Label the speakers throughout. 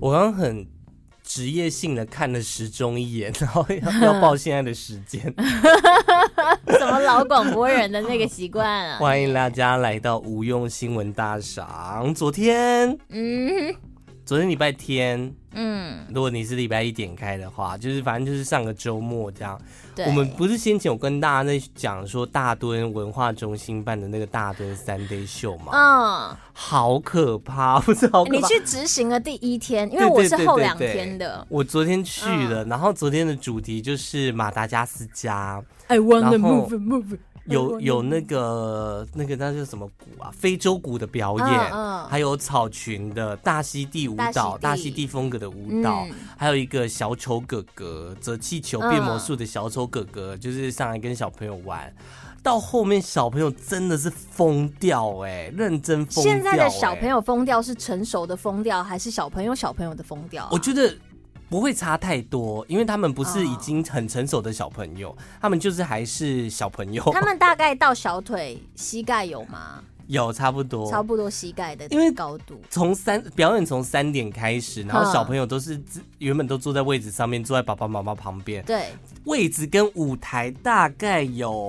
Speaker 1: 我刚刚很职业性的看了时钟一眼，然 后要要报现在的时 间。
Speaker 2: 怎么老广播人的那个习惯 啊？
Speaker 1: 欢迎大家来到无用新闻大赏。昨天，
Speaker 2: 嗯哼
Speaker 1: 昨天礼拜天，
Speaker 2: 嗯，
Speaker 1: 如果你是礼拜一点开的话，就是反正就是上个周末这样。
Speaker 2: 对，
Speaker 1: 我们不是先前有跟大家在讲说大墩文化中心办的那个大墩三 day 秀吗？
Speaker 2: 嗯，哎
Speaker 1: 好可怕， 不是好可怕。
Speaker 2: 你去执行了第一天，因为
Speaker 1: 对
Speaker 2: 我
Speaker 1: 对
Speaker 2: 是
Speaker 1: 对
Speaker 2: 后
Speaker 1: 对
Speaker 2: 两
Speaker 1: 对
Speaker 2: 天的。嗯
Speaker 1: 我昨天去了，然后昨天的主题就是马达加斯加，
Speaker 2: I wanna
Speaker 1: 然后
Speaker 2: move move，
Speaker 1: 有有那个那个那叫什么鼓啊？非洲鼓的表演，
Speaker 2: 嗯嗯
Speaker 1: 还有草裙的大溪地舞蹈，
Speaker 2: 大
Speaker 1: 大
Speaker 2: 溪
Speaker 1: 溪
Speaker 2: 地
Speaker 1: 地风格的舞蹈，
Speaker 2: 嗯
Speaker 1: 还有一个小丑哥哥折气球变魔术的小丑哥哥，就是上来跟小朋友玩。到后面小朋友真的是疯掉哎、认真疯掉、
Speaker 2: 现
Speaker 1: 欸。
Speaker 2: 在的小朋，友疯掉是成熟的疯掉，还是小朋友小朋友的疯掉啊？
Speaker 1: 我觉得不会差太多，因为他们不
Speaker 2: 嗯
Speaker 1: 是已经很成熟的小朋友，他们就是还是小朋友，
Speaker 2: 他们大概到小腿、膝盖有吗？
Speaker 1: 有差不多，
Speaker 2: 差不多膝盖的
Speaker 1: 因为
Speaker 2: 高度。
Speaker 1: 从三表演从三点开始，然
Speaker 2: 嗯
Speaker 1: 后小朋友都是自原本都坐在位置上面，坐在爸爸妈妈旁边，
Speaker 2: 对，
Speaker 1: 位置跟舞台大概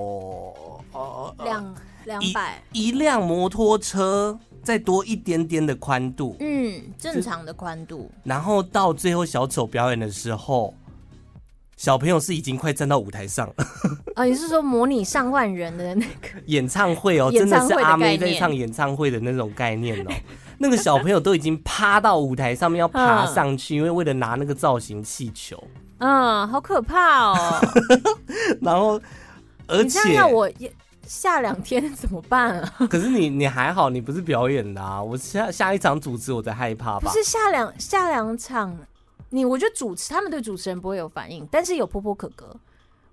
Speaker 1: 有呃
Speaker 2: 两两
Speaker 1: 一
Speaker 2: 百，
Speaker 1: 一辆摩托车再多一点点的宽度，
Speaker 2: 嗯，正常的宽度。
Speaker 1: 然后到最后小丑表演的时候，小朋友是已经快站到舞台上了，
Speaker 2: 啊，你是说模拟上万人的那个？
Speaker 1: 演唱会哦，
Speaker 2: 演
Speaker 1: 真
Speaker 2: 唱
Speaker 1: 的
Speaker 2: 会的
Speaker 1: 是阿妹
Speaker 2: 概
Speaker 1: 在
Speaker 2: 念
Speaker 1: 唱演唱会的那种概念哦。那个小朋友都已经趴到舞台上面要爬
Speaker 2: 嗯
Speaker 1: 上去，因为为了拿那个造型气球。
Speaker 2: 嗯，好可怕哦！
Speaker 1: 然后， 而
Speaker 2: 你这样
Speaker 1: 且，
Speaker 2: 要我也下两天怎么办啊？
Speaker 1: 可是你你还好，你不是表演的啊。我下下一场主持我才害怕
Speaker 2: 不
Speaker 1: 吧？
Speaker 2: 是下两下两场，你我觉得主持他们对主持人不会有反应，但是有波波可可。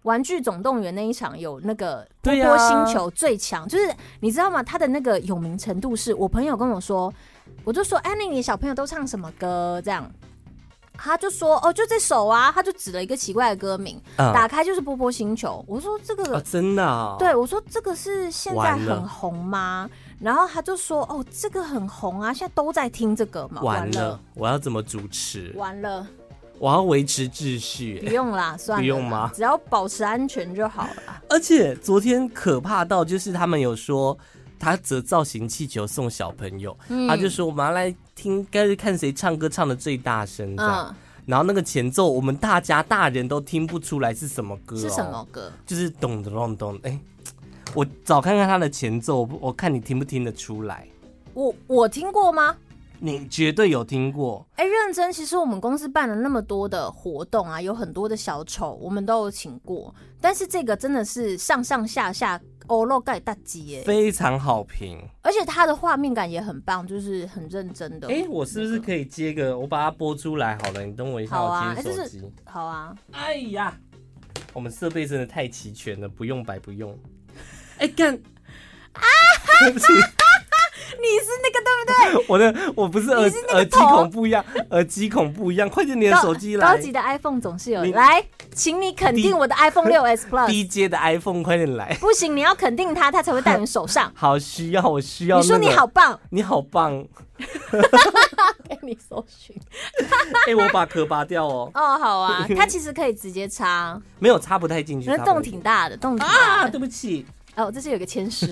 Speaker 2: 玩具总动员那一场有那个波
Speaker 1: 对
Speaker 2: 波
Speaker 1: 啊
Speaker 2: 星球最强，就是你知道吗？他的那个有名程度是我朋友跟我说，我就说哎，那你小朋友都唱什么歌？这样，他就说哦，就这首啊，他就指了一个奇怪的歌名，
Speaker 1: 嗯
Speaker 2: 打开就是波波星球。我说这个
Speaker 1: 啊，真的、啊，
Speaker 2: 对，我说这个是现在
Speaker 1: 完了
Speaker 2: 很红吗？然后他就说哦，这个很红啊，现在都在听这个嘛。
Speaker 1: 完
Speaker 2: 完
Speaker 1: 了，，我要怎么主持？
Speaker 2: 完啊了，
Speaker 1: 我要维持秩
Speaker 2: 不
Speaker 1: 序。
Speaker 2: 用啦，算了啦，
Speaker 1: 用吗
Speaker 2: 只要保持安全就好了。
Speaker 1: 而且昨天可怕到，就是他们有说。他折造型气球送小朋友，
Speaker 2: 嗯
Speaker 1: 他就说：“我们要来听，该是看谁唱歌唱的最大声。”这样，
Speaker 2: 嗯，
Speaker 1: 然后那个前奏，我们大家大人都听不出来是什么歌、哦，
Speaker 2: 是什么歌？
Speaker 1: 就是咚咚咚咚，哎、我找看看它的前奏，我我看你听不听得出来。
Speaker 2: 我我听过吗？
Speaker 1: 你绝对有听过，
Speaker 2: 哎、认真，其实我们公司办了那么多的活动啊，有很多的小丑，我们都有请过，但是这个真的是上上下下欧露盖大吉哎，
Speaker 1: 非常好评。
Speaker 2: 而且它的画面感也很棒，就是很认真的。
Speaker 1: 哎、我是不是可以接个？我把它播出来好了，你等我一下，
Speaker 2: 好啊
Speaker 1: 我接
Speaker 2: 哎这
Speaker 1: 手
Speaker 2: 是
Speaker 1: 机。
Speaker 2: 好啊，
Speaker 1: 哎呀，我们设备真的太齐全了，不用白不用。哎、干！对不起，
Speaker 2: 你是那个对不对？
Speaker 1: 我的我不是耳
Speaker 2: 你是那个
Speaker 1: 耳机
Speaker 2: 头
Speaker 1: 孔不一样，耳机孔不一样，快点你的
Speaker 2: 高
Speaker 1: 手机
Speaker 2: 高
Speaker 1: 来。
Speaker 2: 级的 iPhone 总是有
Speaker 1: 你
Speaker 2: 来，请你肯定我的 iPhone 六 S Plus。
Speaker 1: 低阶的 iPhone 快点来，。
Speaker 2: 不行，你要肯定它，它才会在你手上
Speaker 1: 好需要，我需要、
Speaker 2: 你
Speaker 1: 那
Speaker 2: 说
Speaker 1: 个。
Speaker 2: 你好，棒，
Speaker 1: 你好棒，
Speaker 2: 给你搜寻。
Speaker 1: 哎、我把壳拔掉哦，
Speaker 2: 哦，好 啊，它其实可以直接插，
Speaker 1: 没有插不太进去，
Speaker 2: 那
Speaker 1: 插不
Speaker 2: 洞
Speaker 1: 太进
Speaker 2: 挺大的，洞挺大
Speaker 1: 啊，
Speaker 2: 的。
Speaker 1: 对不起，
Speaker 2: 哦，这是有个签 诗，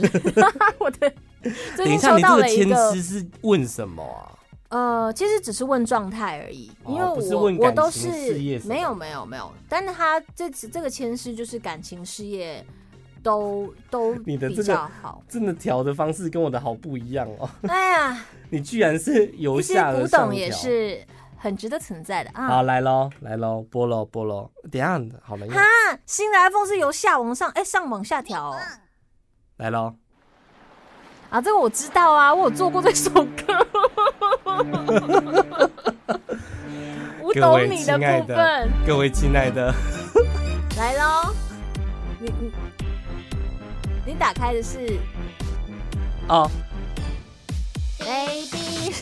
Speaker 2: 我的最
Speaker 1: 等一
Speaker 2: 近
Speaker 1: 下，
Speaker 2: 收
Speaker 1: 你这
Speaker 2: 到
Speaker 1: 个
Speaker 2: 了一
Speaker 1: 签
Speaker 2: 个
Speaker 1: 诗是问什么啊？
Speaker 2: 呃，其实只是问状态而已，因为
Speaker 1: 哦不是
Speaker 2: 我、
Speaker 1: 问
Speaker 2: 我
Speaker 1: 感
Speaker 2: 都
Speaker 1: 情
Speaker 2: 是
Speaker 1: 事业什么
Speaker 2: 没有没有没有，但是他这次这个签诗就是感情事业都都
Speaker 1: 你的
Speaker 2: 比
Speaker 1: 这个
Speaker 2: 较好。
Speaker 1: 真的调的方式跟我的好不一样哦，
Speaker 2: 哎呀，
Speaker 1: 你居然是由
Speaker 2: 一些
Speaker 1: 下而
Speaker 2: 古
Speaker 1: 上
Speaker 2: 董也
Speaker 1: 调。
Speaker 2: 是很值得存在的啊。
Speaker 1: 好，来喽，来喽，播喽，播喽。等一下好了，
Speaker 2: 哈，新的 iPhone 是由下往上，哎、上往下调、哦、
Speaker 1: 来喽。
Speaker 2: 啊，这个我知道啊，我有做过这首 歌。我
Speaker 1: 各
Speaker 2: 懂
Speaker 1: 位
Speaker 2: 你
Speaker 1: 亲
Speaker 2: 的
Speaker 1: 爱
Speaker 2: 部
Speaker 1: 的
Speaker 2: 分，，
Speaker 1: 各位亲爱的，
Speaker 2: 来喽。你你你打开的是
Speaker 1: 哦，
Speaker 3: Baby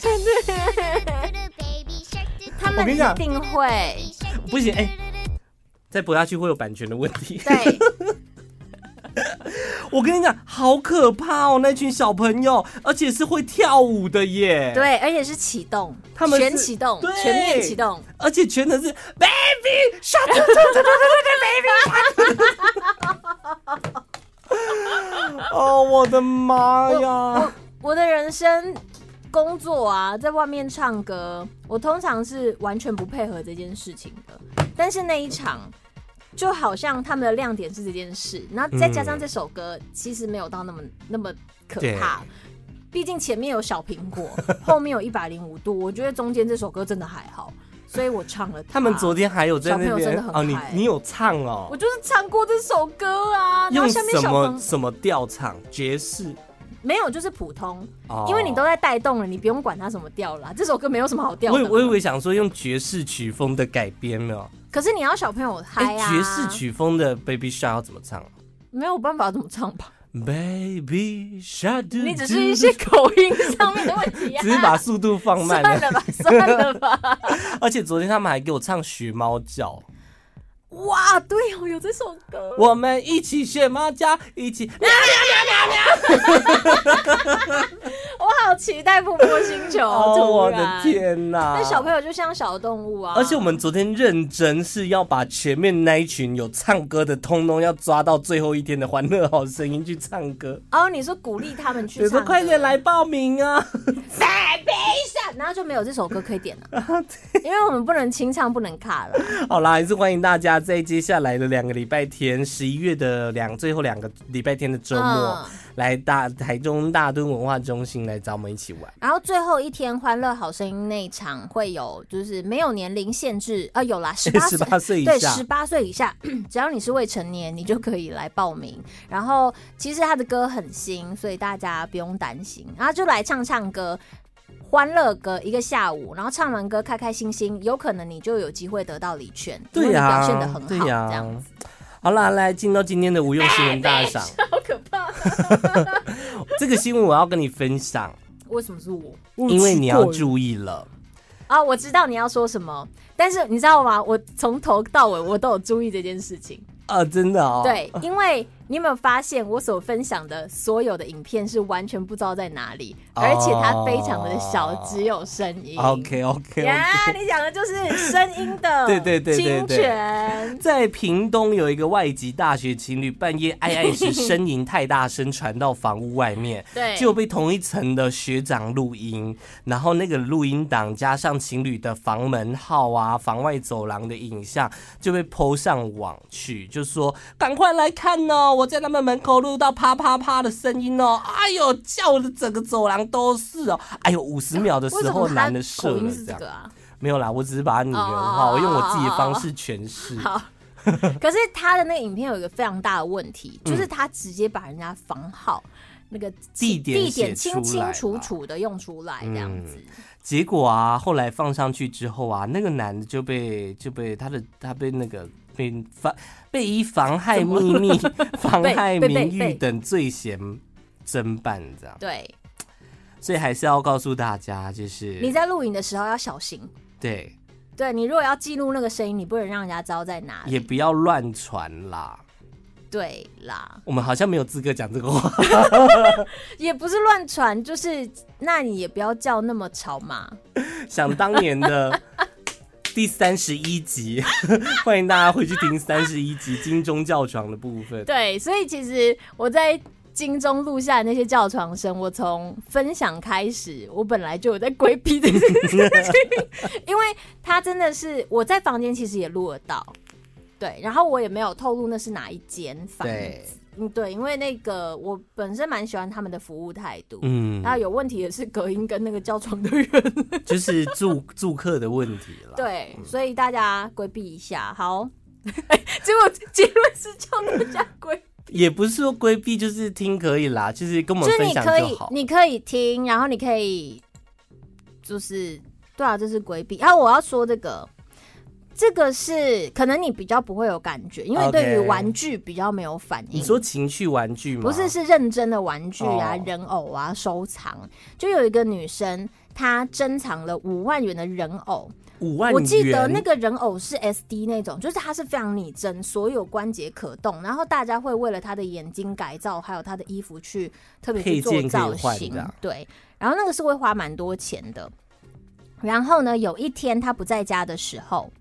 Speaker 2: 他
Speaker 1: 我
Speaker 2: 们
Speaker 1: 跟
Speaker 2: 一
Speaker 1: 你讲
Speaker 2: 定会
Speaker 1: 不行哎再播下去会有版权的问题。
Speaker 2: 对，
Speaker 1: 我跟你讲，好可怕哦，那群小朋友，而且是会跳舞的耶。，
Speaker 2: 对，而且是启动，
Speaker 1: 他们是
Speaker 2: 全启动
Speaker 1: 对，
Speaker 2: 全面启动，
Speaker 1: 而且全都是 baby shut up, shut up, shut up, shut up, baby。哦， 我的妈呀！
Speaker 2: 我的人生工作啊，在外面唱歌，我通常是完全不配合这件事情的。但是那一场，就好像他们的亮点是这件事，然后再加上这首歌，其实没有到那么那么可怕。毕竟前面有小苹果，后面有一百零五度，我觉得中间这首歌真的还好，所以我唱了它。
Speaker 1: 他们昨天还有在
Speaker 2: 小朋
Speaker 1: 那
Speaker 2: 友真
Speaker 1: 边
Speaker 2: 的很
Speaker 1: 哦，你
Speaker 2: 嗨
Speaker 1: 你有唱哦
Speaker 2: 我？就是唱过这首歌啊，然后
Speaker 1: 用
Speaker 2: 下面
Speaker 1: 什
Speaker 2: 小
Speaker 1: 么
Speaker 2: 朋
Speaker 1: 什么调唱爵士？
Speaker 2: 没有就是普通，
Speaker 1: 哦
Speaker 2: 因为你都在带动了，你不用管它什么调啦。这首歌没有什么好调
Speaker 1: 我
Speaker 2: 的
Speaker 1: 以
Speaker 2: 嘛。
Speaker 1: 我以为想说用爵士曲风的改编没有？
Speaker 2: 可是你要小朋友嗨
Speaker 1: 哎，
Speaker 2: 啊！
Speaker 1: 爵士曲风的 Baby Shark 要怎么唱
Speaker 2: 没有办法怎么唱吧？
Speaker 1: ？Baby Shark，
Speaker 2: 你只是 一些口音上面的问题
Speaker 1: 嗯
Speaker 2: 啊。
Speaker 1: 只是把速度放 慢了。
Speaker 2: 算了吧，算了 吧。
Speaker 1: 而且昨天他们还给我唱学猫叫，
Speaker 2: 哇，对哦，有这首歌。
Speaker 1: 我们一起学猫叫，一起。
Speaker 2: 我好期待《瀑布星球》
Speaker 1: 哦，
Speaker 2: 突
Speaker 1: 我的！
Speaker 2: 然
Speaker 1: 天哪！
Speaker 2: 那小朋友就像小动物啊。
Speaker 1: 而且我们昨天认真是要把前面那一群有唱歌的，通通要抓到最后一天的欢乐好声音去唱歌。
Speaker 2: 哦，你说鼓励他们去
Speaker 1: 比如
Speaker 2: 唱歌，
Speaker 1: 说哎快点 来报名啊！
Speaker 2: ，baby 然后就没有这首歌可以点 了，
Speaker 1: 啊
Speaker 2: 因为我们不能清唱，不能卡了。
Speaker 1: 好啦，还是欢迎大家在接下来的两个礼拜天，十一月的两最后两个礼拜天的周末，
Speaker 2: 嗯
Speaker 1: 来大台中大墩文化中心来找我们一起玩。
Speaker 2: 然后最后一天《欢乐好声音》那一场会有，就是没有年龄限制啊、有啦，十 八
Speaker 1: 十
Speaker 2: 岁，
Speaker 1: 八岁以
Speaker 2: 对，
Speaker 1: 下
Speaker 2: 十，八岁以下， 只要你是未成年，你就可以来报名。然后其实他的歌很新，所以大家不用担心，然后就来唱唱歌。欢乐歌一个下午，然后唱完歌开开心心，有可能你就有机会得到礼券，因
Speaker 1: 对
Speaker 2: 为你
Speaker 1: 呀、
Speaker 2: 表现的很好，
Speaker 1: 对啊
Speaker 2: 这
Speaker 1: 呀、
Speaker 2: 样子
Speaker 1: 好啦，来进到今天的无用新闻大赏，
Speaker 2: 好可怕。
Speaker 1: 这个新闻我要跟你分享，
Speaker 2: 为什么是我？
Speaker 1: 因为你要注意了。
Speaker 2: 啊，我知道你要说什么，但是你知道吗？我从头到尾我都有注意这件事情。
Speaker 1: 啊，真的哦，，
Speaker 2: 对，因为你有没有发现，我所分享的所有的影片是完全不知道在哪里，
Speaker 1: 哦
Speaker 2: 而且它非常的小，只有声音。
Speaker 1: OK OK，,
Speaker 2: 呀你讲的就是声音 的
Speaker 1: 对对对对对
Speaker 2: 侵权。
Speaker 1: 在屏东有一个外籍大学情侣半夜爱爱时呻吟太大声，传到房屋外面，
Speaker 2: 对
Speaker 1: 就被同一层的学长录音，然后那个录音档加上情侣的房门号啊、房外走廊的影像就被抛上网去，就说赶快来看哦，我在他们门口录到啪啪啪的声音哦， 哎呦，叫的整个走廊都是哦，哎呦，五十秒的
Speaker 2: 为
Speaker 1: 时
Speaker 2: 什
Speaker 1: 候
Speaker 2: 么他
Speaker 1: 男的射
Speaker 2: 口
Speaker 1: 了
Speaker 2: 音是
Speaker 1: 这
Speaker 2: 这
Speaker 1: 样，
Speaker 2: 个啊？
Speaker 1: 没有啦，我只是把它拟人化，
Speaker 2: 哦
Speaker 1: 我用我自己的方式诠释。
Speaker 2: 好，可是他的那个影片有一个非常大的问题，
Speaker 1: 嗯
Speaker 2: 就是他直接把人家房号。那个
Speaker 1: 地点
Speaker 2: 地
Speaker 1: 写
Speaker 2: 点清
Speaker 1: 出来
Speaker 2: 清楚
Speaker 1: 了
Speaker 2: 楚的用出来，这样子、
Speaker 1: 结果啊，后来放上去之后啊，那个男的就被就被他的他被那个被妨被以妨害秘密、 妨害
Speaker 2: 被被
Speaker 1: 名誉
Speaker 2: 被
Speaker 1: 等罪嫌侦办，这样。
Speaker 2: 对，
Speaker 1: 所以还是要告诉大家，就
Speaker 2: 你
Speaker 1: 是
Speaker 2: 在录影的时候要小心，
Speaker 1: 对，
Speaker 2: 对你如果要记录那个声音，你不能让人家知道在哪里。
Speaker 1: 也不要乱传啦。
Speaker 2: 对啦，
Speaker 1: 我们好像没有资格讲这个话。
Speaker 2: 也不是乱传，就是那你也不要叫那么吵嘛。
Speaker 1: 想当年的第三十一集， 欢迎大家回去听三十一集金钟教床的部分。
Speaker 2: 对，所以其实我在京中录下的那些叫床声，我从分享开始，我本来就有在规避这件事情， 因为他真的是我在房间其实也录得到，对，然后我也没有透露那是哪一间房
Speaker 1: 对
Speaker 2: 子，嗯，对，因为那个我本身蛮喜欢他们的服务态度，
Speaker 1: 嗯
Speaker 2: 然，后有问题也是隔音跟那个叫床的人，
Speaker 1: 就是住住客的问题了。
Speaker 2: 对，所以大家规避一下，好。 结果结论是叫大家规
Speaker 1: 也不是说规避，就是听可以啦，就是跟我
Speaker 2: 就
Speaker 1: 们
Speaker 2: 是
Speaker 1: 分
Speaker 2: 你
Speaker 1: 享
Speaker 2: 可
Speaker 1: 就
Speaker 2: 以
Speaker 1: 好，。
Speaker 2: 你可以听，然后你啊可以就是对啊，这是规避。然、后我要说这个，这个是可能你比较不会有感觉，因为
Speaker 1: OK
Speaker 2: 你对于玩具比较没有反应。
Speaker 1: 你说情趣玩具吗？
Speaker 2: 不是，是认真的玩具啊、
Speaker 1: 哦
Speaker 2: 人偶啊、收藏。就有一个女生，她珍藏了五万元的人偶，
Speaker 1: 五万元。
Speaker 2: 我记得那个人偶是 SD 那种，就是它是非常拟真，所有关节可动，然后大家会为了他的眼睛改造，还有他的衣服去特别去做
Speaker 1: 配件可以
Speaker 2: 造
Speaker 1: 换
Speaker 2: 型
Speaker 1: 的啊，
Speaker 2: 对，然后那个是会花蛮多钱的。然后呢，有一天他不在家的时候，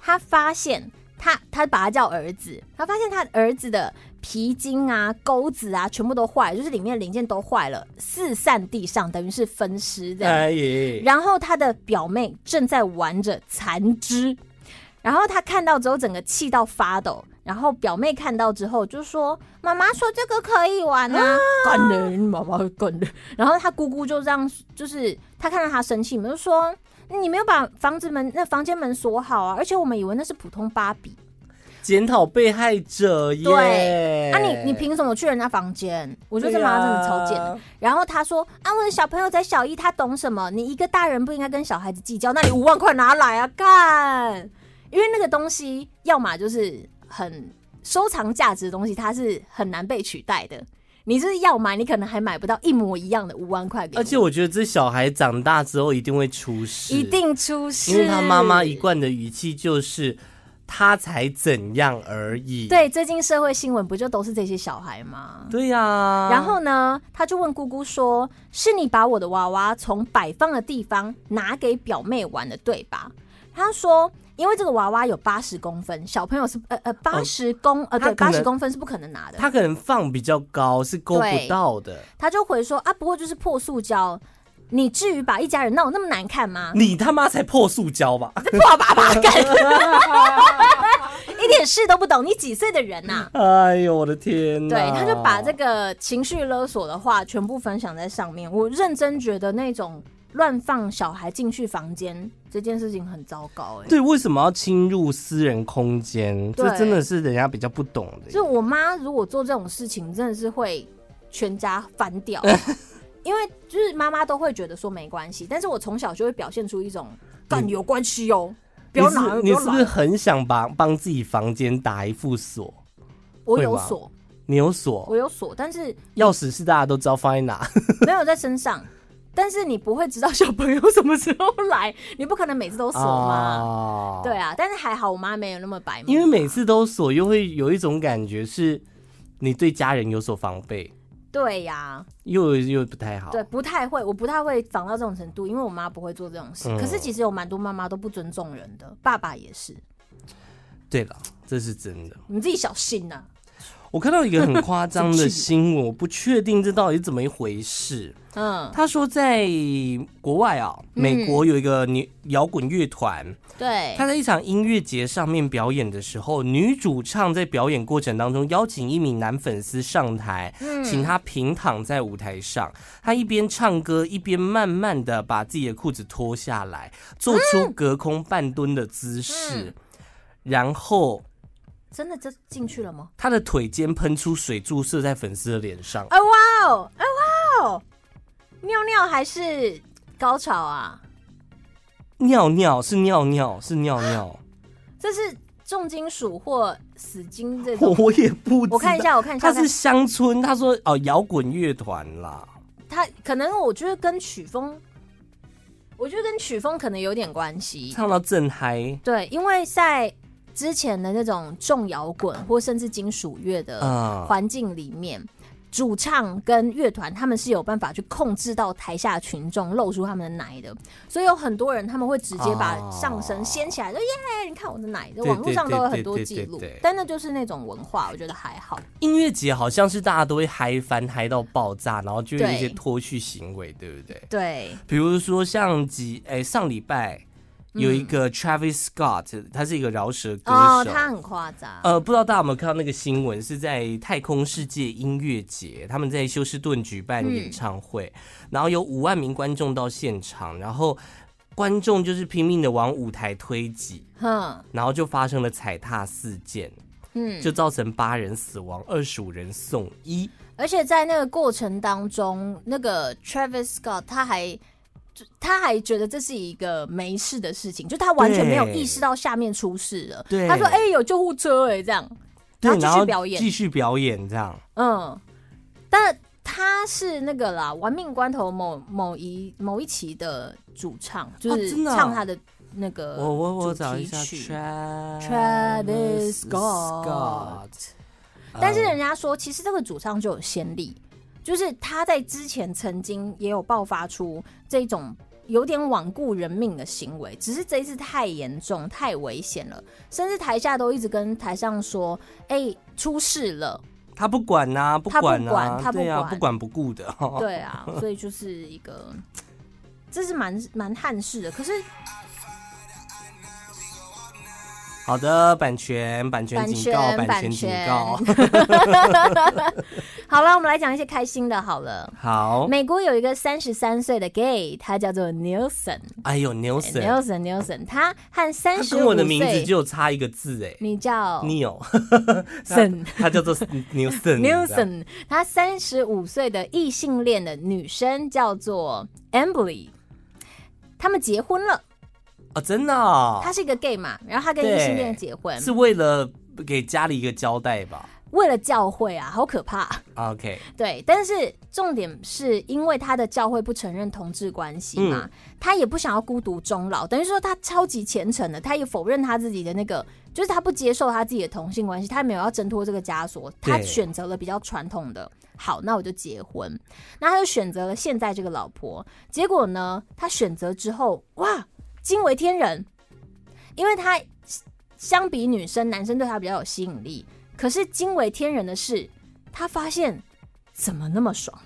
Speaker 2: 他发现他他把他叫儿子，他发现他儿子的皮筋啊、钩子啊，全部都坏了，就是里面的零件都坏了，四散地上，等于是分尸这样。
Speaker 1: 哎耶，
Speaker 2: 然后他的表妹正在玩着残肢，然后他看到之后整个气到发抖，然后表妹看到之后就说：“妈妈说这个可以玩啊，干人妈妈干人。”然后他姑姑就这样，就是他看到他生气嘛，就说。你没有把房子门那房间门锁好啊！而且我们以为那是普通芭比，
Speaker 1: 检讨被害者耶。
Speaker 2: 对啊你你凭什么去人家房间？我
Speaker 1: 我
Speaker 2: 觉得这妈妈真的超贱的。然后他说：“啊，我的小朋友才小一，他懂什么？你一个大人不应该跟小孩子计较。那你五万块拿来啊，干！因为那个东西，要么就是很收藏价值的东西，它是很难被取代的。你就是要买，你可能还买不到一模一样的五万块给我，
Speaker 1: 而且我觉得这小孩长大之后一定会出事，
Speaker 2: 一，定出事。
Speaker 1: 因为他妈妈一贯的语气就是他才怎样而已。
Speaker 2: 对最近社会新闻不就都是这些小孩吗？
Speaker 1: 对呀、
Speaker 2: 然后呢，他就问姑姑说：“是你把我的娃娃从摆放的地方拿给表妹玩的，对吧？”他说：“因为这个娃娃有八十公分，小朋友是呃呃八十公呃
Speaker 1: 他
Speaker 2: 对
Speaker 1: 可
Speaker 2: 八
Speaker 1: 能
Speaker 2: 十公分是不可能拿的。”
Speaker 1: 他可能放比较高，是够不到的。
Speaker 2: 他就回说：“啊，不过就是破塑胶，你至于把一家人闹得那么难 看吗？
Speaker 1: 你他妈才破塑胶 吧？
Speaker 2: 破爸爸干，一点事都不懂，你几岁的人呐、啊
Speaker 1: 哎呦我的天哪！
Speaker 2: 对，他就把
Speaker 1: 哦
Speaker 2: 这个情绪勒索的话全部分享在上面。我认真觉得那种乱放小孩进去房间这件事情很糟糕、哎，
Speaker 1: 对为什么要侵入私人空间？
Speaker 2: 对
Speaker 1: 这真的是人家比较不懂的。
Speaker 2: 就我妈如果做这种事情，真的是会全家翻 掉。因为就是妈妈都会觉得说没关系，但是我从小就会表现出一种干有关系哦，不要拿，
Speaker 1: 你是
Speaker 2: 要
Speaker 1: 你是不是
Speaker 2: 拿，
Speaker 1: 很想把帮自己房间打一副锁？
Speaker 2: 我
Speaker 1: 会
Speaker 2: 有
Speaker 1: 吗
Speaker 2: 锁，
Speaker 1: 你有锁，
Speaker 2: 我有锁，但是
Speaker 1: 钥匙是大家都知道放在哪。
Speaker 2: 没有在身上， 但是你不会知道小朋友什么时候来，你不可能每次都锁嘛。
Speaker 1: 啊
Speaker 2: 对，啊，但是还好我妈没有那么白目，啊
Speaker 1: 因为每次都锁，又会有一种感觉是，你对家人有所防备，
Speaker 2: 对呀、
Speaker 1: 又又不太好。
Speaker 2: 对，不太会，我不太会防到这种程度，因为我妈不会做这种事。
Speaker 1: 嗯
Speaker 2: 可是其实有蛮多妈妈都不尊重人的，爸爸也是，
Speaker 1: 对了，这是真的。
Speaker 2: 你自己小心呐、啊
Speaker 1: 我看到一个很夸 张
Speaker 2: 生
Speaker 1: 的
Speaker 2: 气
Speaker 1: 新闻，我不确定这到底是怎么一回事。
Speaker 2: 嗯，
Speaker 1: 他说，在国外啊，美国有一个女摇滚乐团，
Speaker 2: 对，
Speaker 1: 她在一场音乐节上面表演的时候，女主唱在表演过程当中邀请一名男粉丝上台，
Speaker 2: 嗯
Speaker 1: 请他平躺在舞台上。她一边唱歌，一边慢慢的把自己的裤子脱下来，做出隔空半蹲的姿
Speaker 2: 嗯
Speaker 1: 势，然后
Speaker 2: 真的就进去了吗？
Speaker 1: 她的腿间喷出水柱，射在粉丝的脸上。啊
Speaker 2: 哎哇哦，哎哇哦，尿尿还是高潮啊？
Speaker 1: 尿尿是尿尿是尿
Speaker 2: 啊
Speaker 1: 尿，
Speaker 2: 这是重金属或死金这
Speaker 1: 我
Speaker 2: 种？
Speaker 1: 我也不知道
Speaker 2: 我看一。下，我看一下，
Speaker 1: 他
Speaker 2: 我看
Speaker 1: 是
Speaker 2: 一下
Speaker 1: 乡村，他说哦摇滚乐团啦，
Speaker 2: 它可能我觉得跟曲风，我觉得跟曲风可能有点关系。
Speaker 1: 唱到正嗨，
Speaker 2: 对，因为在之前的那种重摇滚或甚至金属乐的
Speaker 1: 啊。
Speaker 2: 环境里面，主唱跟乐团他们是有办法去控制到台下群众露出他们的奶的，所以有很多人他们会直接把
Speaker 1: 哦
Speaker 2: 上身掀起来，就耶，你看我的奶，就
Speaker 1: 对
Speaker 2: 网络上都有很多
Speaker 1: 对对
Speaker 2: 记
Speaker 1: 对
Speaker 2: 录
Speaker 1: 对对，
Speaker 2: 但那就是那种文化，我觉得还好。
Speaker 1: 音乐节好像是大家都会嗨翻，嗨到爆炸，然后就有一些
Speaker 2: 对
Speaker 1: 脱序行为，对不对？
Speaker 2: 对，
Speaker 1: 比如说像几哎、上礼拜有一个 Travis Scott，、他是一个饶舌歌
Speaker 2: 嗯哦，
Speaker 1: 手。
Speaker 2: 他很夸张，
Speaker 1: 呃，不知道大家有没有看到那个新闻，是在太空世界音乐节，他们在休斯顿举办演
Speaker 2: 嗯
Speaker 1: 唱会，然后有五万名观众到现场，然后观众就是拼命的往舞台推挤，
Speaker 2: 哼，
Speaker 1: 然后就发生了踩踏事件，
Speaker 2: 嗯，
Speaker 1: 就造成八人死亡，二十五人送医。
Speaker 2: 而且在那个过程当中，那个 Travis Scott 他还就他还觉得这是一个没事的事情，就他完全没有意识到下面出事了。
Speaker 1: 对
Speaker 2: 他说：“哎、有救护车哎、这样。”
Speaker 1: 对，
Speaker 2: 然
Speaker 1: 然
Speaker 2: 后
Speaker 1: 后
Speaker 2: 继续表演
Speaker 1: 继续表演这样。
Speaker 2: 嗯，但他是那个啦，《玩命关头》某某一某一期的主唱，就
Speaker 1: 啊
Speaker 2: 是
Speaker 1: 真的啊
Speaker 2: 唱他的那个
Speaker 1: 我我我
Speaker 2: 呃主
Speaker 1: 找
Speaker 2: 题
Speaker 1: 一下
Speaker 2: 曲
Speaker 1: Travis
Speaker 2: Scott
Speaker 1: Scott
Speaker 2: 但是
Speaker 1: 呃
Speaker 2: 人家说，其实这个主唱就有先例，就是他在之前曾经也有爆发出这种有点罔顾人命的行为，只是这一次太严重、太危险了，甚至台下都一直跟台上说：“哎、出事了。
Speaker 1: 他不管呐、不
Speaker 2: 他不
Speaker 1: 管呐、
Speaker 2: 管他不
Speaker 1: 对啊，
Speaker 2: 管
Speaker 1: 不管不顾的、哦”
Speaker 2: 对啊，所以就是一个，这是蛮蛮憾事的。可是
Speaker 1: 好的，版权，版权
Speaker 2: 版
Speaker 1: 警告，
Speaker 2: 权，
Speaker 1: 版
Speaker 2: 版
Speaker 1: 警
Speaker 2: 权
Speaker 1: 告。。
Speaker 2: 好了，我们来讲一些开心的。好 了，
Speaker 1: 好，
Speaker 2: 美国有一个三十三岁的 gay，他叫做 Nelson。
Speaker 1: 哎呦，Nelson，
Speaker 2: Nelson Nelson，他和
Speaker 1: 他
Speaker 2: 三十
Speaker 1: 跟我
Speaker 2: 五
Speaker 1: 的名字
Speaker 2: 岁，
Speaker 1: 就差一个字哎
Speaker 2: 你叫
Speaker 1: ，Neil，
Speaker 2: Nelson
Speaker 1: 他叫做 Nelson。
Speaker 2: Nelson，他三十五岁的异性恋的女生叫做 Emily，他们结婚了。
Speaker 1: 哦，真的哦、
Speaker 2: 他是一个 gay 嘛，然后他跟异性恋结婚，
Speaker 1: 是为了给家里一个交代吧
Speaker 2: 为了教会啊，好可怕。
Speaker 1: ？OK，
Speaker 2: 对，但是重点是因为他的教会不承认同志关系嘛，他也不想要孤独终老，等于说他超级虔诚的，他也否认他自己的那个，就是他不接受他自己的同性关系，他也没有要挣脱这个枷锁，他
Speaker 1: 对
Speaker 2: 选择了比较传统的。好，那我就结婚。那他就选择了现在这个老婆，结果呢，他选择之后，哇，惊为天人，因为他相比女生，男生对他比较有吸引力。可是惊为天人的是，他发现怎么那么爽？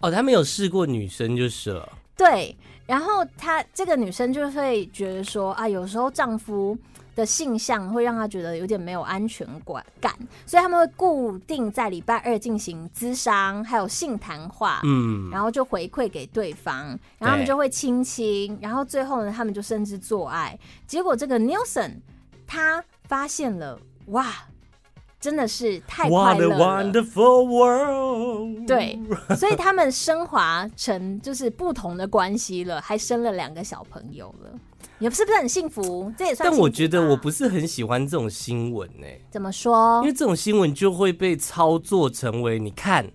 Speaker 1: 哦，他没有试过女生就是了。
Speaker 2: 啊对，然后她这个女生就会觉得说啊，有时候丈夫的性向会让她觉得有点没有安全感感，所以他们会固定在礼拜二进行咨商，还有性谈话。
Speaker 1: 嗯，
Speaker 2: 然后就回馈给对方，然后他们就会亲亲，然后最后呢，他们就甚至做爱。结果这个 Nelson 他发现了，哇，真的是太快
Speaker 1: What a
Speaker 2: 乐了。
Speaker 1: wonderful world！
Speaker 2: 对， 所以他们升华成就是不同的关系了，还生了两个小朋友了，也是不是很幸福？这也算幸福吧。哦
Speaker 1: 但我觉得我不是很喜欢这种新闻呢、
Speaker 2: 怎么说
Speaker 1: 因为，这种新闻就会被操作成为你看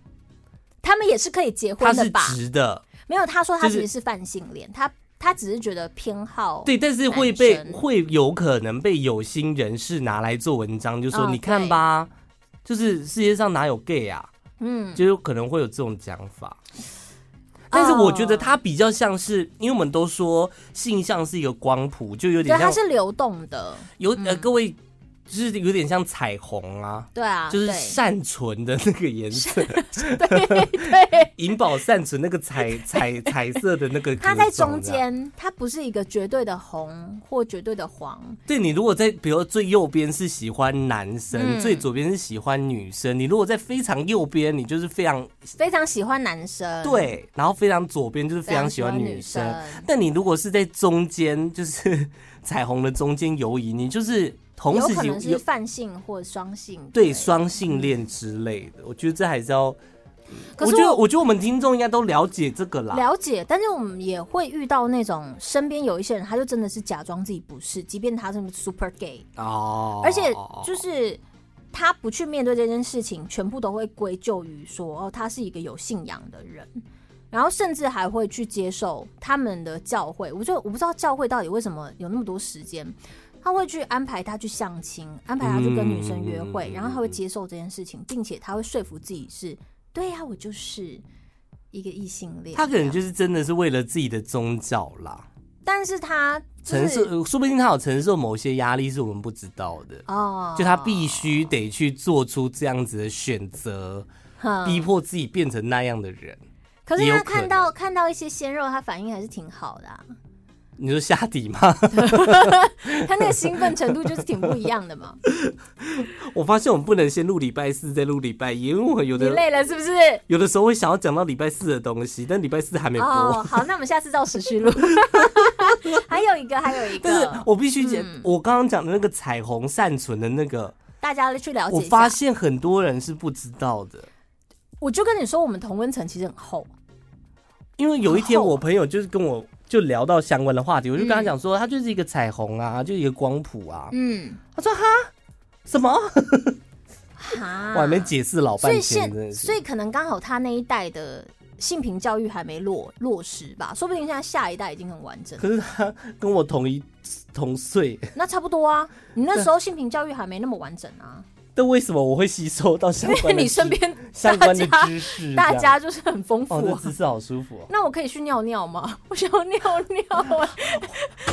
Speaker 2: 他们也是可以结
Speaker 1: 他
Speaker 2: 婚的
Speaker 1: 是
Speaker 2: 吧？哦
Speaker 1: 直的，
Speaker 2: 没有，他说他
Speaker 1: 就是
Speaker 2: 其实是泛性恋，他他只是觉得偏好。
Speaker 1: 对，但是会被
Speaker 2: 男生
Speaker 1: 会有可能被有心人士拿来做文章，就说、
Speaker 2: 嗯
Speaker 1: 你看吧，就是世界上哪有 gay 啊，
Speaker 2: 嗯，
Speaker 1: 就有可能会有这种讲法。但是我觉
Speaker 2: 哦
Speaker 1: 得他比较像是，因为我们都说性向是一个光谱，就有
Speaker 2: 对，
Speaker 1: 点
Speaker 2: 他
Speaker 1: 像
Speaker 2: 是嗯流动的，
Speaker 1: 有呃各位，就是有点像彩虹啊，
Speaker 2: 对啊，
Speaker 1: 就是
Speaker 2: 对
Speaker 1: 善存的那个颜色，
Speaker 2: 对，
Speaker 1: 银宝善存那个彩彩彩色的那个，
Speaker 2: 他在中。间，他不是一个绝对的红或绝对的黄，
Speaker 1: 对你如果在，比如最右边是喜欢男生，
Speaker 2: 嗯
Speaker 1: 最左边是喜欢女生。你如果在非常右边，你就是非常
Speaker 2: 非常喜欢男生，，
Speaker 1: 对，然后非常左边就是非常喜欢女生。但你如果是在中间， 就是彩虹的中间游移，你就是同
Speaker 2: 有
Speaker 1: 时
Speaker 2: 可能
Speaker 1: 喜
Speaker 2: 是
Speaker 1: 有
Speaker 2: 泛性或双性，
Speaker 1: 对双性恋之类的。我觉得这还是要，
Speaker 2: 嗯可
Speaker 1: 我
Speaker 2: 是
Speaker 1: 觉得
Speaker 2: 我
Speaker 1: 我觉得我们听众应该都了解这个啦。
Speaker 2: 了解，但是我们也会遇到那种身边有一些人，他就真的是假装自己不是，即便他是 super gay，、
Speaker 1: 哦，
Speaker 2: 而且就是他不去面对这件事情，全部都会归咎于说哦，他是一个有信仰的人，然后甚至还会去接受他们的教会。我就我不知道教会到底为什么有那么多时间。他会去安排他去相亲，安排他去跟女生约会，
Speaker 1: 嗯
Speaker 2: 然后他会接受这件事情，并且他会说服自己是，对呀、我就是一个异性恋。
Speaker 1: 他可
Speaker 2: 这
Speaker 1: 能
Speaker 2: 样
Speaker 1: 就是真的是为了自己的宗教啦。
Speaker 2: 但是他就
Speaker 1: 承受，
Speaker 2: 是
Speaker 1: 呃说不定他有承受某些压力是我们不知道的，
Speaker 2: 哦，
Speaker 1: 就他必须得去做出这样子的选择，
Speaker 2: 哼
Speaker 1: 逼迫自己变成那样的人。
Speaker 2: 可是
Speaker 1: 也有
Speaker 2: 他
Speaker 1: 可
Speaker 2: 看到看到一些鲜肉，他反应还是挺好的、啊，
Speaker 1: 你说下底吗？
Speaker 2: 他那个兴奋程度就是挺不一样 的嘛。
Speaker 1: 我发现我们不能先录礼拜四再录礼拜一，因为我有
Speaker 2: 你
Speaker 1: 的
Speaker 2: 累了是不是？
Speaker 1: 有的时候会想要讲到礼拜四的东西，但礼拜四还没播。
Speaker 2: 哦，好，那我们下次照时序录。还有一个，还有 一
Speaker 1: 但是
Speaker 2: 个，
Speaker 1: 我必须讲，
Speaker 2: 嗯
Speaker 1: 我刚刚讲的那个彩虹善存的那个，
Speaker 2: 大家去了解
Speaker 1: 我
Speaker 2: 一下。
Speaker 1: 发现很多人是不知道的。
Speaker 2: 我就跟你说，我们同温层其实很厚，
Speaker 1: 因为有一天
Speaker 2: 好厚啊
Speaker 1: 我朋友就是跟我就聊到相关的话题，我就跟他讲说，它就是一个彩虹啊，就是一个光谱啊。
Speaker 2: 嗯，
Speaker 1: 他说哈。什么？
Speaker 2: 哈，
Speaker 1: 我还没解释老
Speaker 2: 所
Speaker 1: 半
Speaker 2: 以
Speaker 1: 天，真
Speaker 2: 现，
Speaker 1: 的是
Speaker 2: 所以可能刚好他那一代的性平教育还没落落实吧，说不定现在下一代已经很完整。
Speaker 1: 可是他跟我同一同岁，
Speaker 2: 那差不多啊，你那时候性平教育还没那么完整啊，
Speaker 1: 但为什么我会吸收到相
Speaker 2: 因为
Speaker 1: 关的
Speaker 2: 你
Speaker 1: 知
Speaker 2: 身边
Speaker 1: 相
Speaker 2: 大
Speaker 1: 关的
Speaker 2: 家
Speaker 1: 知识？
Speaker 2: 大
Speaker 1: 这样
Speaker 2: 家就是很丰
Speaker 1: 哦，
Speaker 2: 富
Speaker 1: 这
Speaker 2: 啊。
Speaker 1: 姿势好舒服哦。
Speaker 2: 那我可以去尿尿吗？ 我想要尿尿、啊。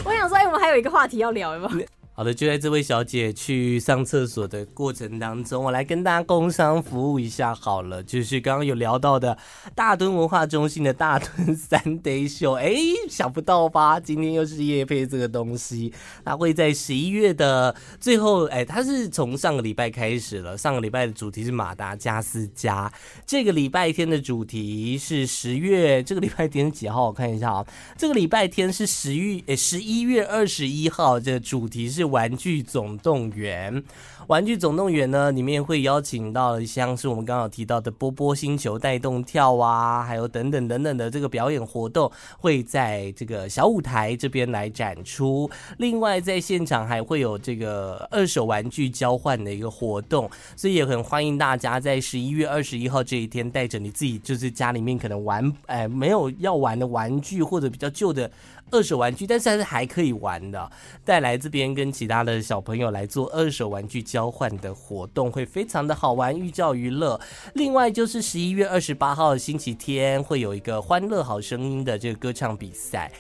Speaker 2: 我想说，哎、我们还有一个话题要聊，有没有？
Speaker 1: 好的，就在这位小姐去上厕所的过程当中，我来跟大家工商服务一下好了，就是刚刚有聊到的大墩文化中心的大墩三 day 秀，哎，想不到吧？今天又是夜配这个东西，它会在十一月的最后，哎，它是从上个礼拜开始了，上个礼拜的主题是马达加斯加，这个礼拜天的主题是十月，这个礼拜天几号？我看一下啊，这个礼拜天是十月，呃，十一月二十一号，这个主题是《玩具总动员》。《玩具总动员》呢，里面会邀请到像是我们刚刚有提到的波波星球带动跳啊，还有等等等等的这个表演活动，会在这个小舞台这边来展出。另外，在现场还会有这个二手玩具交换的一个活动，所以也很欢迎大家在十一月二十一号这一天，带着你自己就是家里面可能玩哎、没有要玩的玩具或者比较旧的二手玩具，但是还是还可以玩的，带来这边跟其他的小朋友来做二手玩具交换的活动，会非常的好玩，寓教于乐。另外就是十一月二十八号星期天会有一个《欢乐好声音》的这个歌唱比赛。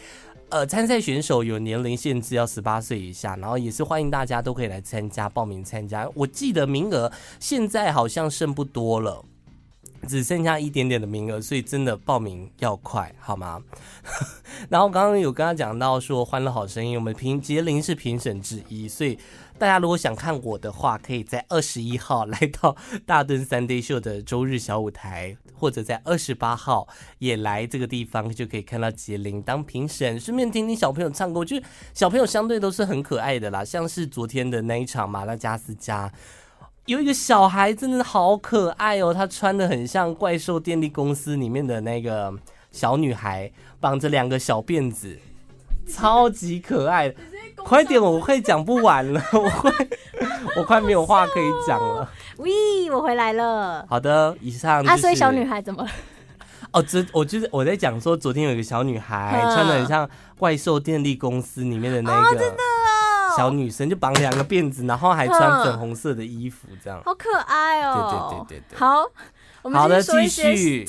Speaker 1: 呃，参赛选手有年龄限制，要十八岁以下，然后也是欢迎大家都可以来参加报名参加。我记得名额现在好像剩不多了，只剩下一点点的名额，所以真的报名要快，好吗？然后刚刚有跟他讲到说，《欢乐好声音》我们评杰林是评审之一，所以大家如果想看我的话，可以在二十一号来到大墩三 D 秀的周日小舞台，或者在二十八号也来这个地方，就可以看到杰林当评审，顺便听听小朋友唱歌。我觉得小朋友相对都是很可爱的啦，像是昨天的那一场马拉加斯加。有一个小孩真的好可爱哦，她穿的很像怪兽电力公司里面的那个小女孩，绑着两个小辫子，超级可爱。快点，我快讲不完了， 我快我快没有话可以讲了。
Speaker 2: 喂，我回来了。
Speaker 1: 好的，以上、就是、
Speaker 2: 啊，所以小女孩怎么了？
Speaker 1: 哦，这我就是我在讲说，昨天有一个小女孩
Speaker 2: 嗯
Speaker 1: 穿的很像怪兽电力公司里面的那
Speaker 2: 哦
Speaker 1: 个小女生，就绑两个辫子，然后还穿
Speaker 2: 嗯
Speaker 1: 粉红色的衣服，这样。
Speaker 2: 好可爱哦！
Speaker 1: 对对对对对
Speaker 2: 好，嗯我们
Speaker 1: 好的，
Speaker 2: 继续
Speaker 1: 继
Speaker 2: 说一些
Speaker 1: 续。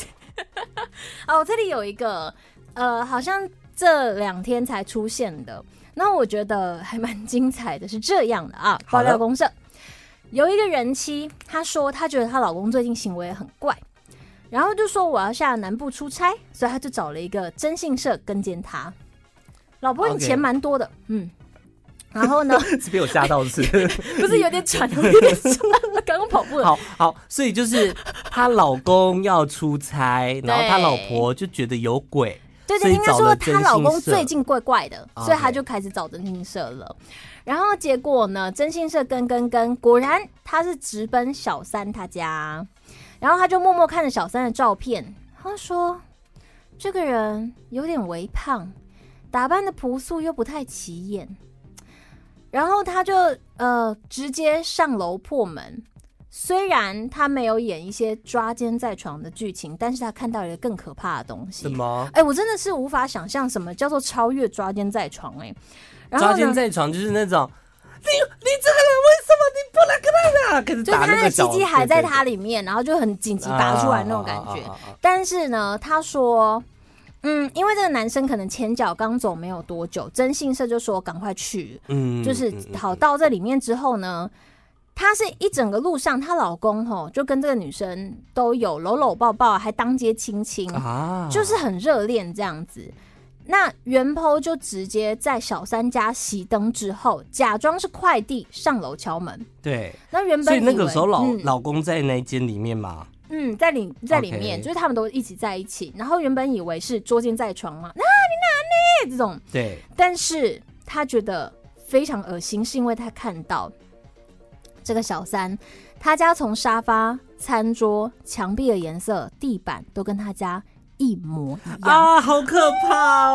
Speaker 2: 哦，这里有一个，呃，好像这两天才出现的，那我觉得还蛮精彩的，是这样的啊，
Speaker 1: 好
Speaker 2: 爆
Speaker 1: 的
Speaker 2: 料公社有一个人妻，她说她觉得她老公最近行为很怪，然后就说我要下南部出差，所以她就找了一个征信社跟监她。老婆，你
Speaker 1: OK
Speaker 2: 钱蛮多的嗯。然后呢，
Speaker 1: 是被我吓到是不是？
Speaker 2: 不是有点喘，有点喘，刚刚跑步了。
Speaker 1: 好好，所以就是她老公要出差，然后她老婆就觉得有鬼，
Speaker 2: 对
Speaker 1: 所
Speaker 2: 对，
Speaker 1: 以
Speaker 2: 应该
Speaker 1: 找了
Speaker 2: 说她老
Speaker 1: 征
Speaker 2: 公
Speaker 1: 信社
Speaker 2: 最近怪怪的，
Speaker 1: 啊
Speaker 2: 所以她就开始找征信社了。然后结果呢，征信社跟跟跟，果然她是直奔小三他家，然后她就默默看着小三的照片，她说：“这个人有点微胖，打扮的朴素又不太起眼。”然后她就呃直接上楼破门。虽然她没有演一些抓奸在床的剧情，但是她看到了一个更可怕的东西
Speaker 1: 什。么？
Speaker 2: 哎、我真的是无法想象什么叫做超越抓奸在床哎、然后
Speaker 1: 抓奸
Speaker 2: 呢，
Speaker 1: 在床就是那种，你你这个人为什么你不能跟他啊？开始
Speaker 2: 就是
Speaker 1: 打
Speaker 2: 他
Speaker 1: 那
Speaker 2: 的
Speaker 1: 个
Speaker 2: 鸡
Speaker 1: 脚
Speaker 2: 鸡还在
Speaker 1: 对对
Speaker 2: 他里面，然后就很紧急拔出来那种感觉。
Speaker 1: 啊啊啊啊啊
Speaker 2: 但是呢，他说，嗯，因为这个男生可能前脚刚走没有多久，征信社就说赶快去，
Speaker 1: 嗯
Speaker 2: 就是
Speaker 1: 嗯嗯
Speaker 2: 好到这里面之后呢。她是一整个路上，她老公吼就跟这个女生都有搂搂抱抱，还当街亲亲
Speaker 1: 啊，
Speaker 2: 就是很热恋这样子。那袁剖就直接在小三家熄灯之后，假装是快递上楼敲门。
Speaker 1: 对，
Speaker 2: 那原
Speaker 1: 所
Speaker 2: 本
Speaker 1: 以那个
Speaker 2: 为
Speaker 1: 时候老
Speaker 2: 嗯
Speaker 1: 老公在那间里面嘛，
Speaker 2: 嗯在里在里面
Speaker 1: OK
Speaker 2: 就是他们都一起在一起。然后原本以为是捉奸在床嘛，那、你哪里这种，
Speaker 1: 对，
Speaker 2: 但是他觉得非常恶心，是因为他看到这个小三，他家从沙发、餐桌、墙壁的颜色、地板都跟他家一模一样。
Speaker 1: 啊，好可怕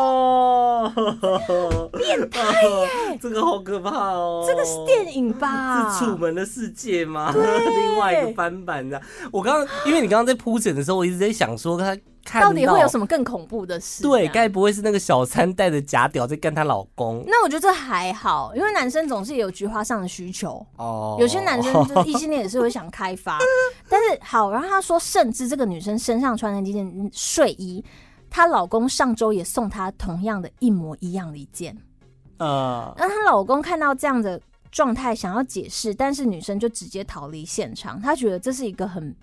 Speaker 1: 哦！变态耶！这个好可怕哦！
Speaker 2: 这个是电影吧？
Speaker 1: 是《楚门的世界》吗？另外一个翻版的。我刚刚，因为你刚刚在铺陈的时候，我一直在想说他看
Speaker 2: 到底会有什
Speaker 1: 么？
Speaker 2: 么更恐怖的事？啊
Speaker 1: 对，
Speaker 2: 这样嗯
Speaker 1: 该不会是那个小三带着假屌在干她老公？
Speaker 2: 那我觉得这还好，因为男生总是有菊花上的需求。
Speaker 1: 哦，
Speaker 2: 有些男生就是异性恋也是会想开发， 但是好，然后他说，甚至这个女生身上穿的这件睡衣，她老公上周也送她同样的一模一样的一件。
Speaker 1: 呃，
Speaker 2: 那她老公看到这样的状态，想要解释，但是女生就直接逃离现场。她觉得这是一个很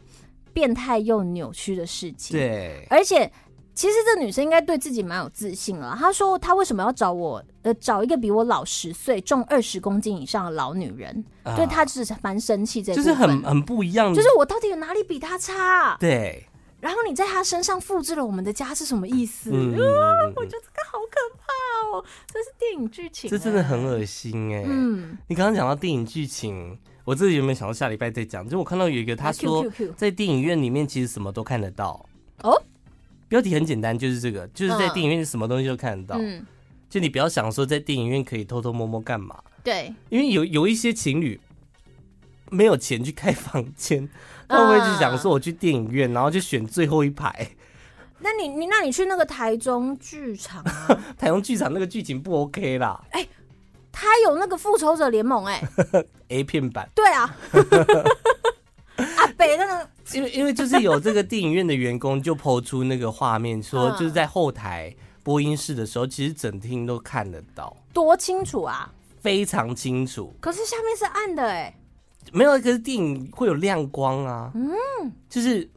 Speaker 2: 变态又扭曲的事情。，
Speaker 1: 对，
Speaker 2: 而且其实这女生应该对自己蛮有自信了。她说她为什么要找我，呃，找一个比我老十岁、重二十公斤以上的老女人？
Speaker 1: 啊
Speaker 2: 对她只是蛮生气这一
Speaker 1: 就是
Speaker 2: 部分
Speaker 1: 很嗯很不一样的，
Speaker 2: 就是我到底有哪里比她差啊、
Speaker 1: 对，
Speaker 2: 然后你在她身上复制了我们的家是什么意思？
Speaker 1: 嗯，
Speaker 2: 我 觉得这个好可怕哦，这是电影剧情、啊
Speaker 1: 这真的很。恶心哎。
Speaker 2: 嗯，
Speaker 1: 你刚刚讲到电影剧情，我自己有没有想到下礼拜再讲？就我看到有一个他说
Speaker 2: 啊 Q Q Q
Speaker 1: 在电影院里面其实什么都看得到
Speaker 2: 哦。
Speaker 1: 标题很简单，就是这个，就是在
Speaker 2: 嗯
Speaker 1: 电影院什么东西都看得到。
Speaker 2: 嗯，
Speaker 1: 就你不要想说在电影院可以偷偷摸摸干嘛，
Speaker 2: 对，
Speaker 1: 因为有有一些情侣没有钱去开房间，他会去想说我去电影院，然后就选最后一排。
Speaker 2: 那你你那你去那个台中剧场啊，
Speaker 1: 台中剧场那个剧情不 OK 啦
Speaker 2: 他有那个复仇者联盟哎、
Speaker 1: ，A 片版。
Speaker 2: 对 啊，阿北那个
Speaker 1: 因为因为就是有这个电影院的员工就抛出那个画面，说
Speaker 2: 嗯
Speaker 1: 就是在后台播音室的时候，其实整厅都看得到，
Speaker 2: 多清楚啊，
Speaker 1: 非常清楚。
Speaker 2: 可是下面是暗的哎、
Speaker 1: 没有，可是电影会有亮光啊，嗯，就是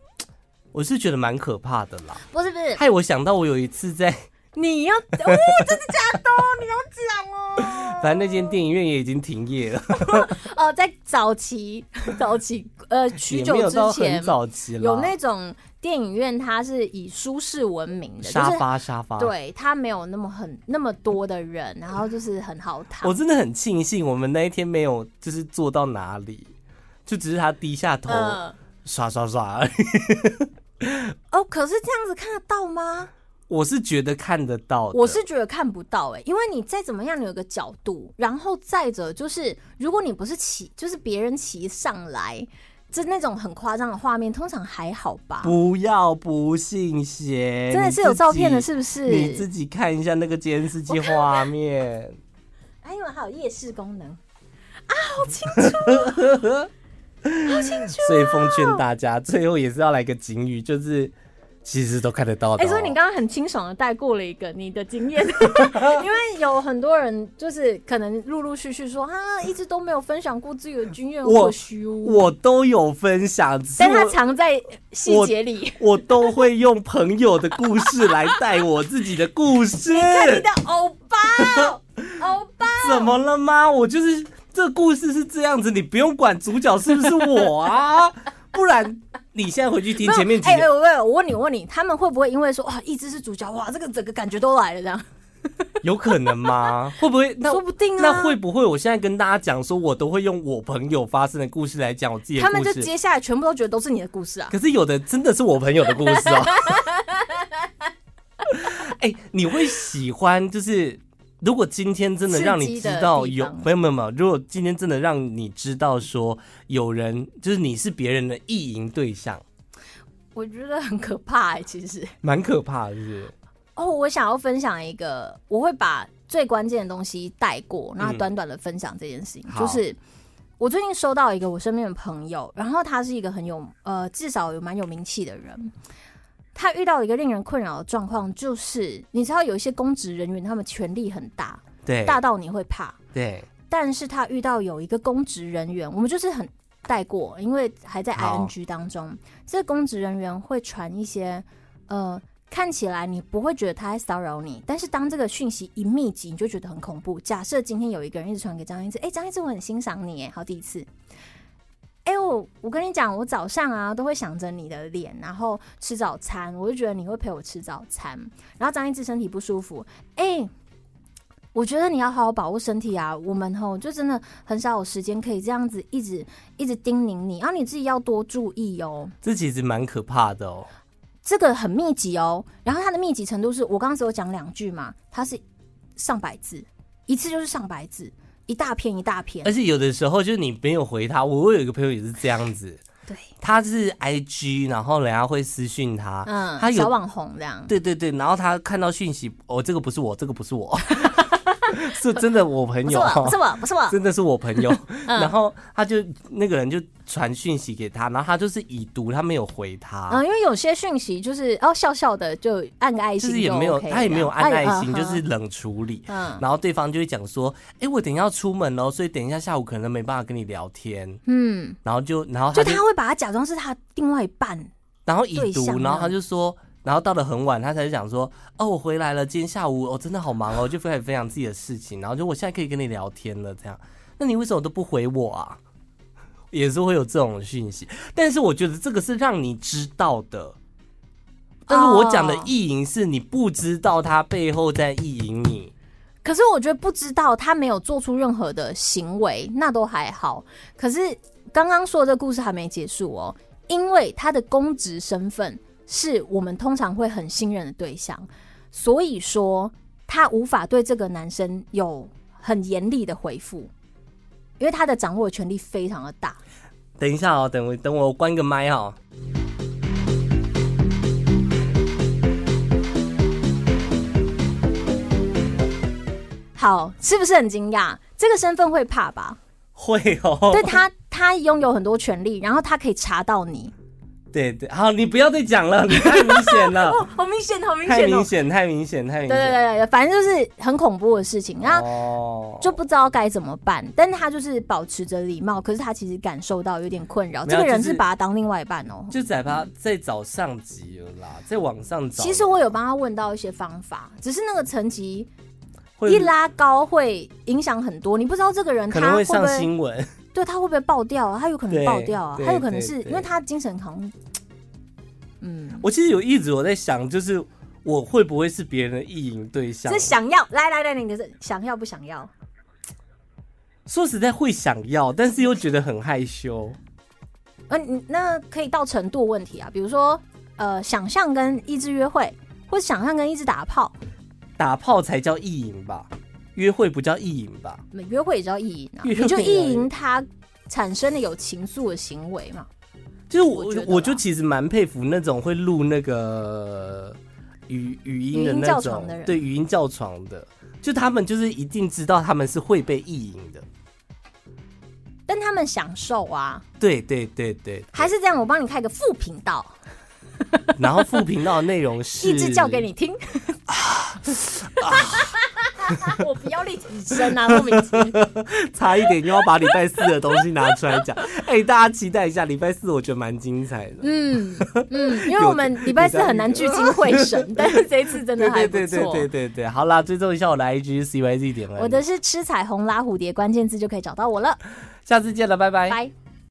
Speaker 1: 我是觉得蛮可怕的啦。
Speaker 2: 不是不是，
Speaker 1: 害我想到我有一次在，
Speaker 2: 你要，哦，真的假的？ 你要讲哦。
Speaker 1: 反正那间电影院也已经停业了，
Speaker 2: 哦，在早期 早期呃许
Speaker 1: 也没
Speaker 2: 久
Speaker 1: 有
Speaker 2: 之
Speaker 1: 到很
Speaker 2: 前，
Speaker 1: 早期了。
Speaker 2: 有那种电影院，它是以舒适闻名的，
Speaker 1: 沙
Speaker 2: 就是
Speaker 1: 发沙发，，
Speaker 2: 对它没有那么很那么多的人，然后就是很好躺
Speaker 1: 我。真的很庆幸我们那一天没有就是坐到哪里，就只是他低下头
Speaker 2: 嗯，
Speaker 1: 刷刷刷而已。
Speaker 2: 哦，可是这样子看得到吗？
Speaker 1: 我是觉得看得到的，
Speaker 2: 我是觉得看不到哎、因为你再怎么样，你有个角度，然后再者就是，如果你不是骑，就是别人骑上来，就那种很夸张的画面，通常还好吧？
Speaker 1: 不要不信邪，
Speaker 2: 真的是有照片的，是不是
Speaker 1: 不？你自己看一下那个监视器画 面，
Speaker 2: 哎，因为还有夜视功 能，
Speaker 1: 所以奉劝大家，最后也是要来个警语，就是其实都看得到的、
Speaker 2: 哎、
Speaker 1: 哦。
Speaker 2: 所以你刚刚很清爽的带过了一个你的经验，因为有很多人就是可能陆陆续续说啊，一直都没有分享过自己的经验
Speaker 1: 我
Speaker 2: 或虚无，
Speaker 1: 我都有分享，只是
Speaker 2: 但他
Speaker 1: 我
Speaker 2: 藏在细节里。
Speaker 1: 我都会用朋友的故事来带我自己的故 事。
Speaker 2: 看你的欧巴， 欧巴，
Speaker 1: 怎么了吗？我就是这故事是这样子，你不用管主角是不是我啊， 不然你现在回去听前面几
Speaker 2: 哎哎、
Speaker 1: 集。
Speaker 2: 我问我问你，我问你，他们会不会因为说哇，一只是主角，哇，这个整个感觉都来了这样？
Speaker 1: 有可能吗？会不会？那
Speaker 2: 哎说不定啊
Speaker 1: 那会不会？我现在跟大家讲说，我都会用我朋友发生的故事来讲我自己的
Speaker 2: 他们
Speaker 1: 故
Speaker 2: 就
Speaker 1: 事。
Speaker 2: 接下来全部都觉得都是你的故事啊。
Speaker 1: 可是有的真的是我朋友的故事哦。 哎、你会喜欢就是？如果今天真的让你知道
Speaker 2: 刺激的地
Speaker 1: 有
Speaker 2: 方
Speaker 1: 没有没有没有，如果今天真的让你知道说有人就是你是别人的意淫对象，
Speaker 2: 我觉得很可怕哎、其实。
Speaker 1: 蛮可怕的，是不是？
Speaker 2: 哦，我想要分享一个，我会把最关键的东西带过，然后短短的分享这件事情，
Speaker 1: 嗯好
Speaker 2: 就是。我最近收到一个我身边的朋友，然后他是一个很有呃，至少有蛮有名气的人。他遇到一个令人困扰的状况，就是你知道有一些公职人员他们权力很大，
Speaker 1: 对
Speaker 2: 大到你会怕。
Speaker 1: 对，
Speaker 2: 但是他遇到有一个公职人员，我们就是很带过，因为还在
Speaker 1: 好
Speaker 2: ing 当中，这个公职人员会传一些呃。看起来你不会觉得他在骚扰你，但是当这个讯息一密集，你就觉得很恐怖。假设今天有一个人一直传给张一志，哎、张一志我很欣赏你，哎，好第一次，哎、我我跟你讲，我早上啊都会想着你的脸，然后吃早餐，我就觉得你会陪我吃早餐。然后张一志身体不舒服，哎、我觉得你要好好保护身体啊！我们吼就真的很少有时间可以这样子一啊直一直叮咛你，然后你自己要多注意哦。
Speaker 1: 这其实蛮可怕的哦。
Speaker 2: 这个很密集哦。然后它的密集程度是我刚刚只有讲两句嘛，它是上百字，一次就是上百字，一大片一大片
Speaker 1: 而。且有的时候就是你没有回他，我我有一个朋友也是这样子，
Speaker 2: 对，
Speaker 1: 他是 IG，然后人家会私讯他，
Speaker 2: 嗯，
Speaker 1: 他啊
Speaker 2: 小
Speaker 1: 有
Speaker 2: 网红这样。
Speaker 1: 对对对，然后他看到讯息，哦，这个不是我，这个不是我， 是真的我朋
Speaker 2: 不是
Speaker 1: 友，
Speaker 2: 我，不是我，不是我。
Speaker 1: 真的是我朋友，
Speaker 2: 嗯
Speaker 1: 然后他就那个人就传讯息给他，然后他就是已读，他没有回他。
Speaker 2: 嗯，因为有些讯息就是哦笑笑的就按个爱
Speaker 1: 就
Speaker 2: 心、
Speaker 1: 是也没有，他也没有
Speaker 2: 哎
Speaker 1: 按爱
Speaker 2: 啊
Speaker 1: 心，就是冷处理。
Speaker 2: 嗯
Speaker 1: 然后对方就会讲说：“哎、我等一下要出门喽，所以等一下下午可能没办法跟你聊天。
Speaker 2: 嗯，”
Speaker 1: 然后就，然后
Speaker 2: 就
Speaker 1: 他就，
Speaker 2: 他会把它假装是他另外一半，
Speaker 1: 然后已
Speaker 2: 对
Speaker 1: 读
Speaker 2: 象，啊
Speaker 1: 然后他
Speaker 2: 那样
Speaker 1: 就说，然后到了很晚，他才讲说：“哦，我回来了，今天下午我、哦、真的好忙哦， 就开始分享自己的事情，然后就我现在可以跟你聊天了，这样，那你为什么都不回我啊？” 也是会有这种讯息，但是我觉得这个是让你知道的。但是我讲的
Speaker 2: 哦
Speaker 1: 意淫是你不知道他背后在意淫你。
Speaker 2: 可是我觉得不知道他没有做出任何的行为，那都还好。可是刚刚说的这故事还没结束哦，因为他的公职身份是我们通常会很信任的对象，所以说他无法对这个男生有很严厉的回复，因为他的掌握权力非常的大。
Speaker 1: 等一下哦，等我等我关个麦哦。
Speaker 2: 好，是不是很惊讶？这个身份会怕吧？
Speaker 1: 会哦，
Speaker 2: 对他，他拥有很多权利，然后他可以查到你，
Speaker 1: 对对，好，你不要再讲了，你太明显了，
Speaker 2: 哦好明显，哦好明
Speaker 1: 太明显，太明显，太明显。
Speaker 2: 对对对对，反正就是很恐怖的事情，然后
Speaker 1: 哦，
Speaker 2: 就不知道该怎么办。但他就是保持着礼貌，可是他其实感受到有点困扰。
Speaker 1: 没有
Speaker 2: 这个人
Speaker 1: 就是
Speaker 2: 是把他当另外一半哦。
Speaker 1: 就在他再找上级了啦，再往上找。
Speaker 2: 其实我有帮他问到一些方法，只是那个层级
Speaker 1: 会
Speaker 2: 一拉高会影响很多。你不知道这个人
Speaker 1: 可
Speaker 2: 他
Speaker 1: 能
Speaker 2: 会
Speaker 1: 会
Speaker 2: 不
Speaker 1: 上
Speaker 2: 会
Speaker 1: 新闻，
Speaker 2: 对他会不会爆掉啊？他有可能
Speaker 1: 对
Speaker 2: 爆掉啊，
Speaker 1: 对
Speaker 2: 他有可能
Speaker 1: 对
Speaker 2: 是
Speaker 1: 对
Speaker 2: 因为他精神好像，嗯，
Speaker 1: 我其实有一直我在想，就是我会不会是别人的意淫对象
Speaker 2: 是？想要来来来，你的是想要不想要？
Speaker 1: 说实在会想要，但是又觉得很害羞。
Speaker 2: 呃，你那可以到程度问题啊，比如说呃，想象跟一直约会，或者想象跟一直打炮，
Speaker 1: 打炮才叫意淫吧，约会不叫意淫吧？
Speaker 2: 那约会也叫意淫啊，
Speaker 1: 约会
Speaker 2: 你就
Speaker 1: 而已
Speaker 2: 意淫他产生的有情愫的行为嘛。
Speaker 1: 就是
Speaker 2: 我
Speaker 1: 我
Speaker 2: 觉得，
Speaker 1: 我
Speaker 2: 啦
Speaker 1: 就其实蛮佩服那种会录那个语语音的
Speaker 2: 语音
Speaker 1: 那
Speaker 2: 叫床
Speaker 1: 种
Speaker 2: 的，人
Speaker 1: 对语音叫床的，就他们就是一定知道他们是会被意淫的。
Speaker 2: 但他们享受啊，
Speaker 1: 对对对对，
Speaker 2: 还是这样，我帮你开个副频道，
Speaker 1: 然后副频道的内容是啊
Speaker 2: 一直叫给你听。 我不要立体声啊，莫名其妙。
Speaker 1: 差一点又要把礼拜四的东西拿出来讲。哎、大家期待一下，礼拜四我觉得蛮精彩的。
Speaker 2: 嗯嗯，因为我们礼拜四很难聚精会神，但是这一次真的
Speaker 1: 对
Speaker 2: 还
Speaker 1: 对
Speaker 2: 不
Speaker 1: 对对
Speaker 2: 错。
Speaker 1: 对对对，好啦，追踪一下我的 IG CYZ 点了。
Speaker 2: 我的是吃彩虹拉蝴蝶，关键字就可以找到我了。
Speaker 1: 下次见了，拜拜。
Speaker 2: 拜。